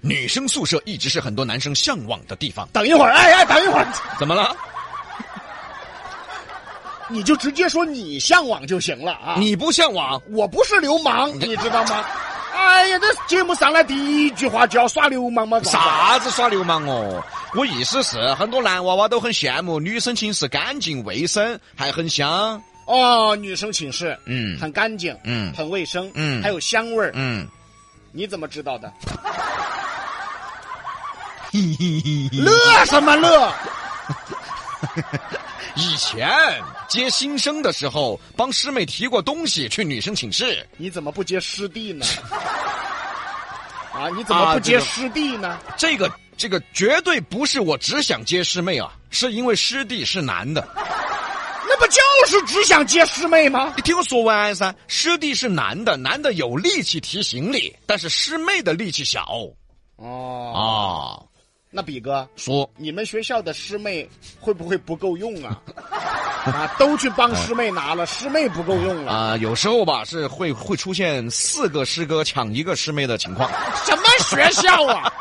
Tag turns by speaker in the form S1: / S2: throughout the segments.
S1: 女生宿舍一直是很多男生向往的地方。
S2: 等一会儿，哎哎，等一会儿，
S1: 怎么了？
S2: 你就直接说你向往就行了啊！
S1: 你不向往？
S2: 我不是流氓，
S1: 你这
S2: 你知道吗？哎呀，这节目上来第一句话就要耍流氓吗？
S1: 啥子耍流氓哦？我意思是，很多男娃娃都很羡慕女生寝室干净卫生，还很香。
S2: 哦，女生寝室，
S1: 嗯
S2: 很干净，
S1: 嗯
S2: 很卫生，
S1: 嗯
S2: 还有香味儿。
S1: 嗯，
S2: 你怎么知道的？乐什么乐？
S1: 以前接新生的时候，帮师妹提过东西去女生寝室。
S2: 你怎么不接师弟呢？啊，你怎么不接师弟呢？
S1: 这个这个绝对不是我只想接师妹啊，是因为师弟是男的。
S2: 那不就是只想接师妹吗？
S1: 你听我说完噻，师弟是男的，男的有力气提行李，但是师妹的力气小
S2: 哦，
S1: 啊。
S2: 那比哥，
S1: 说
S2: 你们学校的师妹会不会不够用啊？啊，都去帮师妹拿了，师妹不够用了，
S1: 啊、有时候吧是会会出现四个师哥抢一个师妹的情况。
S2: 什么学校啊？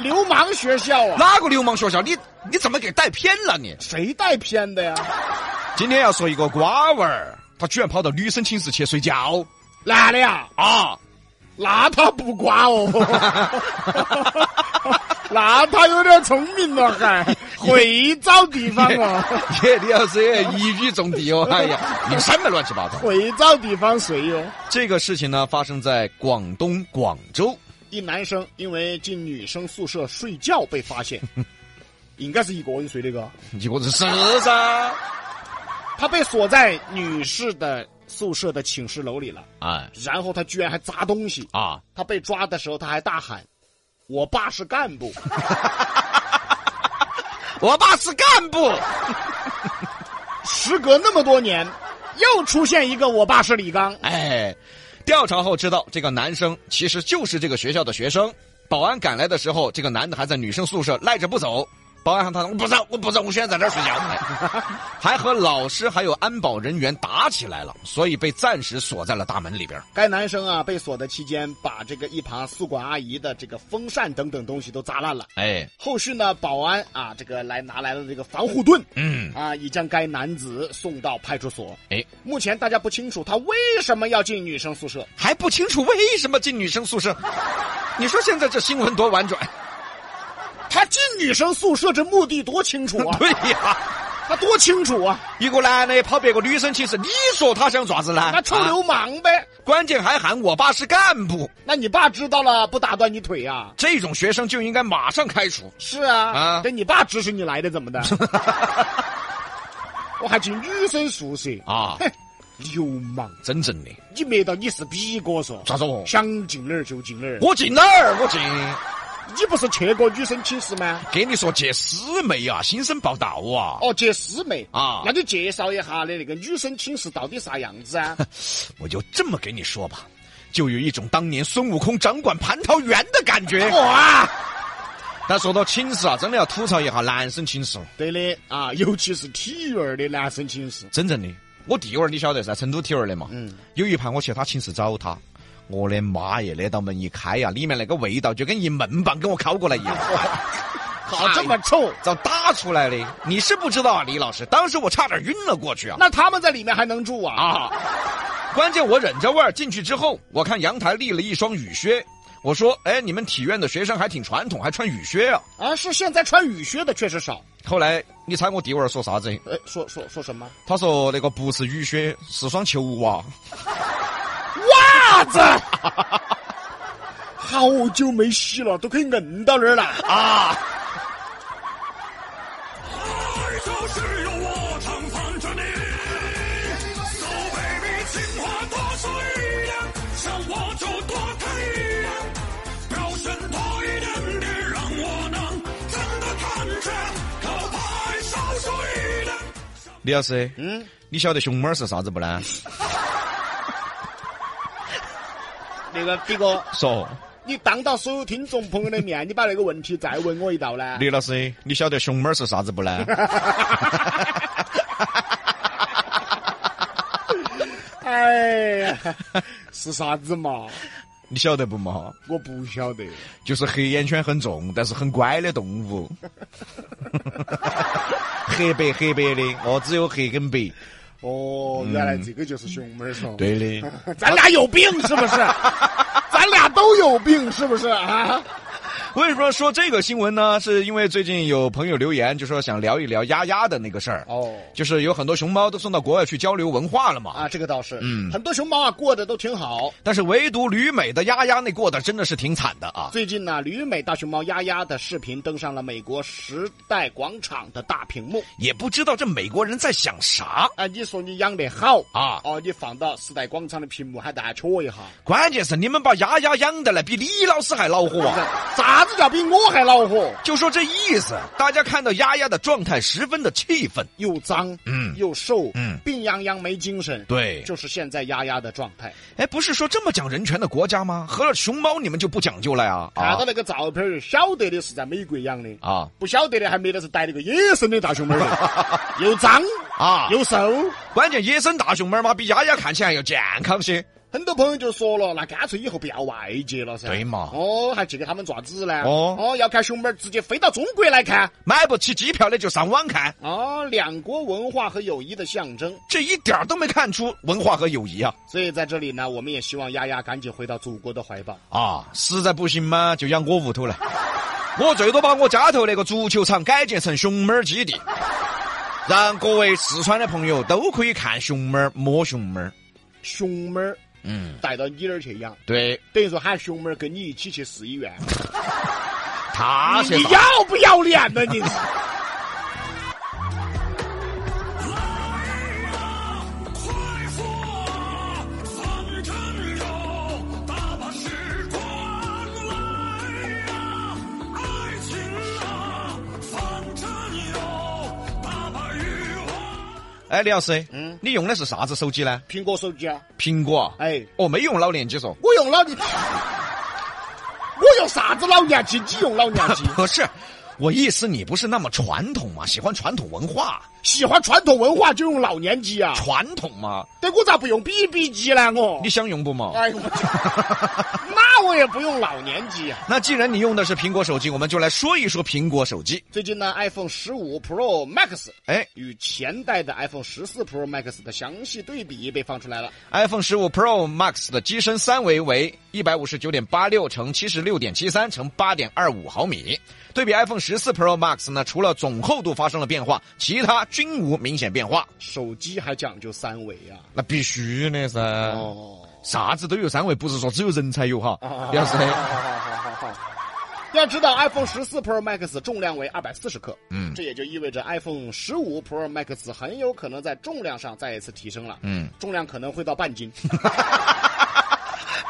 S2: 流氓学校啊？
S1: 哪个流氓学校？你你怎么给带偏了你？
S2: 谁带偏的呀？
S1: 今天要说一个瓜娃儿，他居然跑到女生寝室去睡觉
S2: 男的呀？
S1: 啊！
S2: 那他不瓜哦，那他有点聪明了，还会找地方哦，
S1: 耶，李老师也一语中的哦！哎呀，你什么乱七八糟？
S2: 会找地方睡哟、
S1: 这个事情呢，发生在广东广州。
S2: 一男生因为进女生宿舍睡觉被发现，应该是一个人睡的个，
S1: 一个人是噻，
S2: 他被锁在女士的宿舍的寝室楼里了，
S1: 哎
S2: 然后他居然还砸东西。
S1: 啊，
S2: 他被抓的时候他还大喊：“我爸是干部。”
S1: 我爸是干部，
S2: 时隔那么多年，又出现一个我爸是李刚。
S1: 哎，调查后知道，这个男生其实就是这个学校的学生。保安赶来的时候，这个男的还在女生宿舍赖着不走。保安喊他：“我不走，我不走，我现在在这儿 睡觉。哎”还和老师还有安保人员打起来了，所以被暂时锁在了大门里边。
S2: 该男生啊被锁的期间，把这个一旁宿管阿姨的这个风扇等等东西都砸烂了。
S1: 哎，
S2: 后续呢，保安啊这个来拿来了这个防护盾
S1: 嗯，
S2: 啊，已将该男子送到派出所。
S1: 哎，
S2: 目前大家不清楚他为什么要进女生宿舍，
S1: 还不清楚为什么进女生宿 舍。你说现在这新闻多婉转？
S2: 他进女生宿舍这目的多清楚啊，
S1: 对呀、
S2: 他多清楚啊，
S1: 一个男的跑别个女生寝室，你说他想咋子呢？
S2: 那臭
S1: 啊
S2: 流氓呗。
S1: 关键还喊我爸是干部，
S2: 那你爸知道了不打断你腿呀、啊？
S1: 这种学生就应该马上开除。
S2: 是啊，
S1: 啊
S2: 这你爸指使你来的怎么 的？我还进女生宿舍，
S1: 啊，
S2: 哼，流氓！
S1: 真正的
S2: 你没到你是比哥嗦，
S1: 咋子哦？
S2: 想进哪儿就进哪儿。
S1: 我进哪儿？我进。
S2: 你不是去过女生寝室吗？
S1: 跟你说，借师妹啊，新生报道啊。
S2: 哦，接师妹
S1: 啊
S2: 那你介绍一下的那个女生寝室到底啥样 子啊？
S1: 我就这么跟你说吧，就有一种当年孙悟空掌管蟠桃园的感觉。
S2: 哦哇，
S1: 但说到寝室啊，真的要吐槽一下男生寝室，
S2: 对的啊，尤其是体院的男生寝室，
S1: 真正的。我弟娃儿你晓得噻，成都体院的嘛。
S2: 嗯。
S1: 有一盘我去他寝室找他，我的妈耶！那道门一开呀、里面那个味道就跟一闷棒给我烤过来一样。
S2: 好哦这么臭，
S1: 遭打出来的，你是不知道啊，李老师，当时我差点晕了过去啊！
S2: 那他们在里面还能住啊？
S1: 啊，关键我忍着味儿进去之后，我看阳台立了一双雨靴，我说：“哎，你们体院的学生还挺传统，还穿雨靴啊
S2: 啊，是现在穿雨靴的确实少。？”
S1: 后来你猜我弟娃儿说啥子？
S2: 呃，说说说 什么？
S1: 他说：“那个不是雨靴，是双球袜。
S2: 袜子， 好久没洗了，都可以摁到那儿了。”
S1: 啊，
S3: 爱就是有我常伴着你。So baby，情话多说一点，想我就多看一眼，表现多一点点，让我能真的看见。哪怕爱少说一点。
S1: 李老师，
S2: 嗯，
S1: 你晓得熊猫儿是啥子不呢？
S2: 那个比哥，
S1: 说，
S2: 你当到所有听众朋友的面，你把那个问题再问我一道呢？
S1: 李老师，你晓得熊猫儿是啥子不呢？
S2: 哎呀，是啥子嘛？
S1: 你晓得不嘛？
S2: 我不晓得，
S1: 就是黑眼圈很重，但是很乖的动物。 黑白黑白的，我只有黑跟白。
S2: 哦，原来这个就是熊猫虫。，
S1: 对的，
S2: 咱俩有病是 不是？咱俩都有病是不是啊？
S1: 为什么说这个新闻呢？是因为最近有朋友留言，就说想聊一聊丫丫的那个事儿。
S2: 哦
S1: 就是有很多熊猫都送到国外去交流文化了嘛。
S2: 啊，这个倒是，
S1: 嗯
S2: 很多熊猫啊过得都挺好。
S1: 但是唯独旅美的丫丫那过得真的是挺惨的啊。
S2: 最近呢，旅美大熊猫丫丫的视频登上了美国时代广场的大屏幕。
S1: 也不知道这美国人在想啥。
S2: 啊，你说你养得好
S1: 啊
S2: 哦，你放到时代广场的屏幕还大家瞧一下，
S1: 关键是你们把丫丫养的来比李老师还恼火 啊！
S2: 啥子叫比我还恼火？
S1: 就说这意思，大家看到丫丫的状态十分的气愤。
S2: 又脏，
S1: 嗯
S2: 又瘦，
S1: 嗯
S2: 病殃殃没精神，
S1: 对
S2: 就是现在丫丫的状态。
S1: 哎，不是说这么讲人权的国家吗？合了熊猫你们就不讲究了呀？
S2: 看
S1: 啊
S2: 到那个照片儿，晓得的是在美国养的，
S1: 啊
S2: 不晓得的还没得是逮了个野生的大熊猫 儿，又脏
S1: 啊！
S2: 又瘦。
S1: 关键野生大熊猫嘛，比丫丫看起来要健康些。
S2: 很多朋友就说了，那干脆以后不要外借了噻。
S1: 对嘛
S2: 哦，还借给他们爪子呢？
S1: 哦
S2: 哦，要看熊猫儿，直接飞到中国来看。
S1: 买不起机票的就上网看，
S2: 哦，两国文化和友谊的象征。
S1: 这一点儿都没看出文化和友谊啊！
S2: 所以在这里呢，我们也希望丫丫赶紧回到祖国的怀抱。
S1: 啊，实在不行嘛，就养我屋头来。我最多把我家头那个足球场改建成熊猫儿基地，让各位四川的朋友都可以看熊猫儿、摸熊猫儿。
S2: 熊猫儿
S1: 嗯，
S2: 带到你那儿去养，
S1: 对，
S2: 等于说喊熊猫儿跟你一起去市 医院。
S1: 踏实
S2: 你
S1: 吧
S2: 要不要脸呢？你
S3: 啊来呀，快活，放阵哟，打发时光。来呀，爱情啊，放阵哟，打发哦欲望。
S1: 哎，李老师，
S2: 嗯
S1: 你用的是啥子手机呢？
S2: 苹果手机啊？
S1: 苹果啊？
S2: 哎，
S1: 哦，没用老年机嗦。？
S2: 我用老年，我用啥子老年机？你用老年机
S1: 不是，我意思你不是那么传统嘛，喜欢传统文化，
S2: 喜欢传统文化就用老年机啊？
S1: 传统嘛，
S2: 对，我咋不用 BB 机呢？我
S1: 你想用不嘛？
S2: 哎呦我去，那我也不用老年机啊。
S1: 那既然你用的是苹果手机，我们就来说一说苹果手机。
S2: 最近呢，iPhone 十五 Pro Max
S1: 哎
S2: 与前代的 iPhone 十四 Pro Max 的详细对比被放出来了。
S1: iPhone 十五 Pro Max 的机身三维为一百五十九点八六乘七十六点七三乘八点二五毫米，对比 iPhone 十四 Pro Max 呢，除了总厚度发生了变化，其他均无明显变化。
S2: 手机还讲究三维呀、
S1: 那必须的噻，
S2: 哦，啊
S1: 啥子都有三维，不是说只有人才有哈，李老师。
S2: 好好好好好。要知道，iPhone 十四 Pro Max 重量为二百四十克，
S1: 嗯
S2: 这也就意味着 iPhone 十五 Pro Max 很有可能在重量上再一次提升了，
S1: 嗯，
S2: 重量可能会到半斤。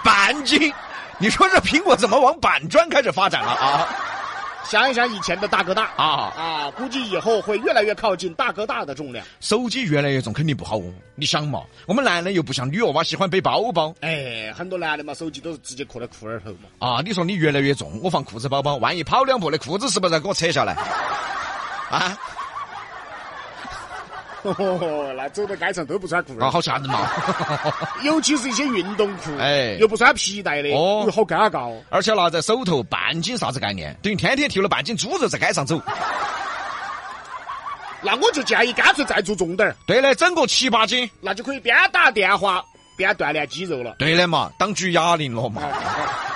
S1: 板筋，你说这苹果怎么往板砖开始发展了啊
S2: 想一想以前的大哥大
S1: 啊！
S2: 啊，估计以后会越来越靠近大哥大的重量。
S1: 手机越来越重，肯定不好哦。你想嘛，我们男人又不像女娃娃喜欢背包包
S2: 哎，很多男的嘛，手机都是直接刻在裤儿头嘛。
S1: 啊。你说你越来越重，我放裤子包包，万一跑两步，那裤子是不是要给我扯下来？啊
S2: 哦，那走到街上都不穿裤
S1: 啊，
S2: 儿，
S1: 好吓人嘛！
S2: 尤其是一些运动裤，
S1: 哎
S2: 又不穿皮带的，
S1: 哦
S2: 哟好尴尬哦。
S1: 而且拿在手头，半斤啥子概念？等于天天提了半斤猪肉在街上走。
S2: 那我就建议干脆再做重点儿，
S1: 对的，整个七八斤。
S2: 那就可以边打电话边锻炼肌肉了。
S1: 对的嘛，当举哑铃了嘛。
S2: 哎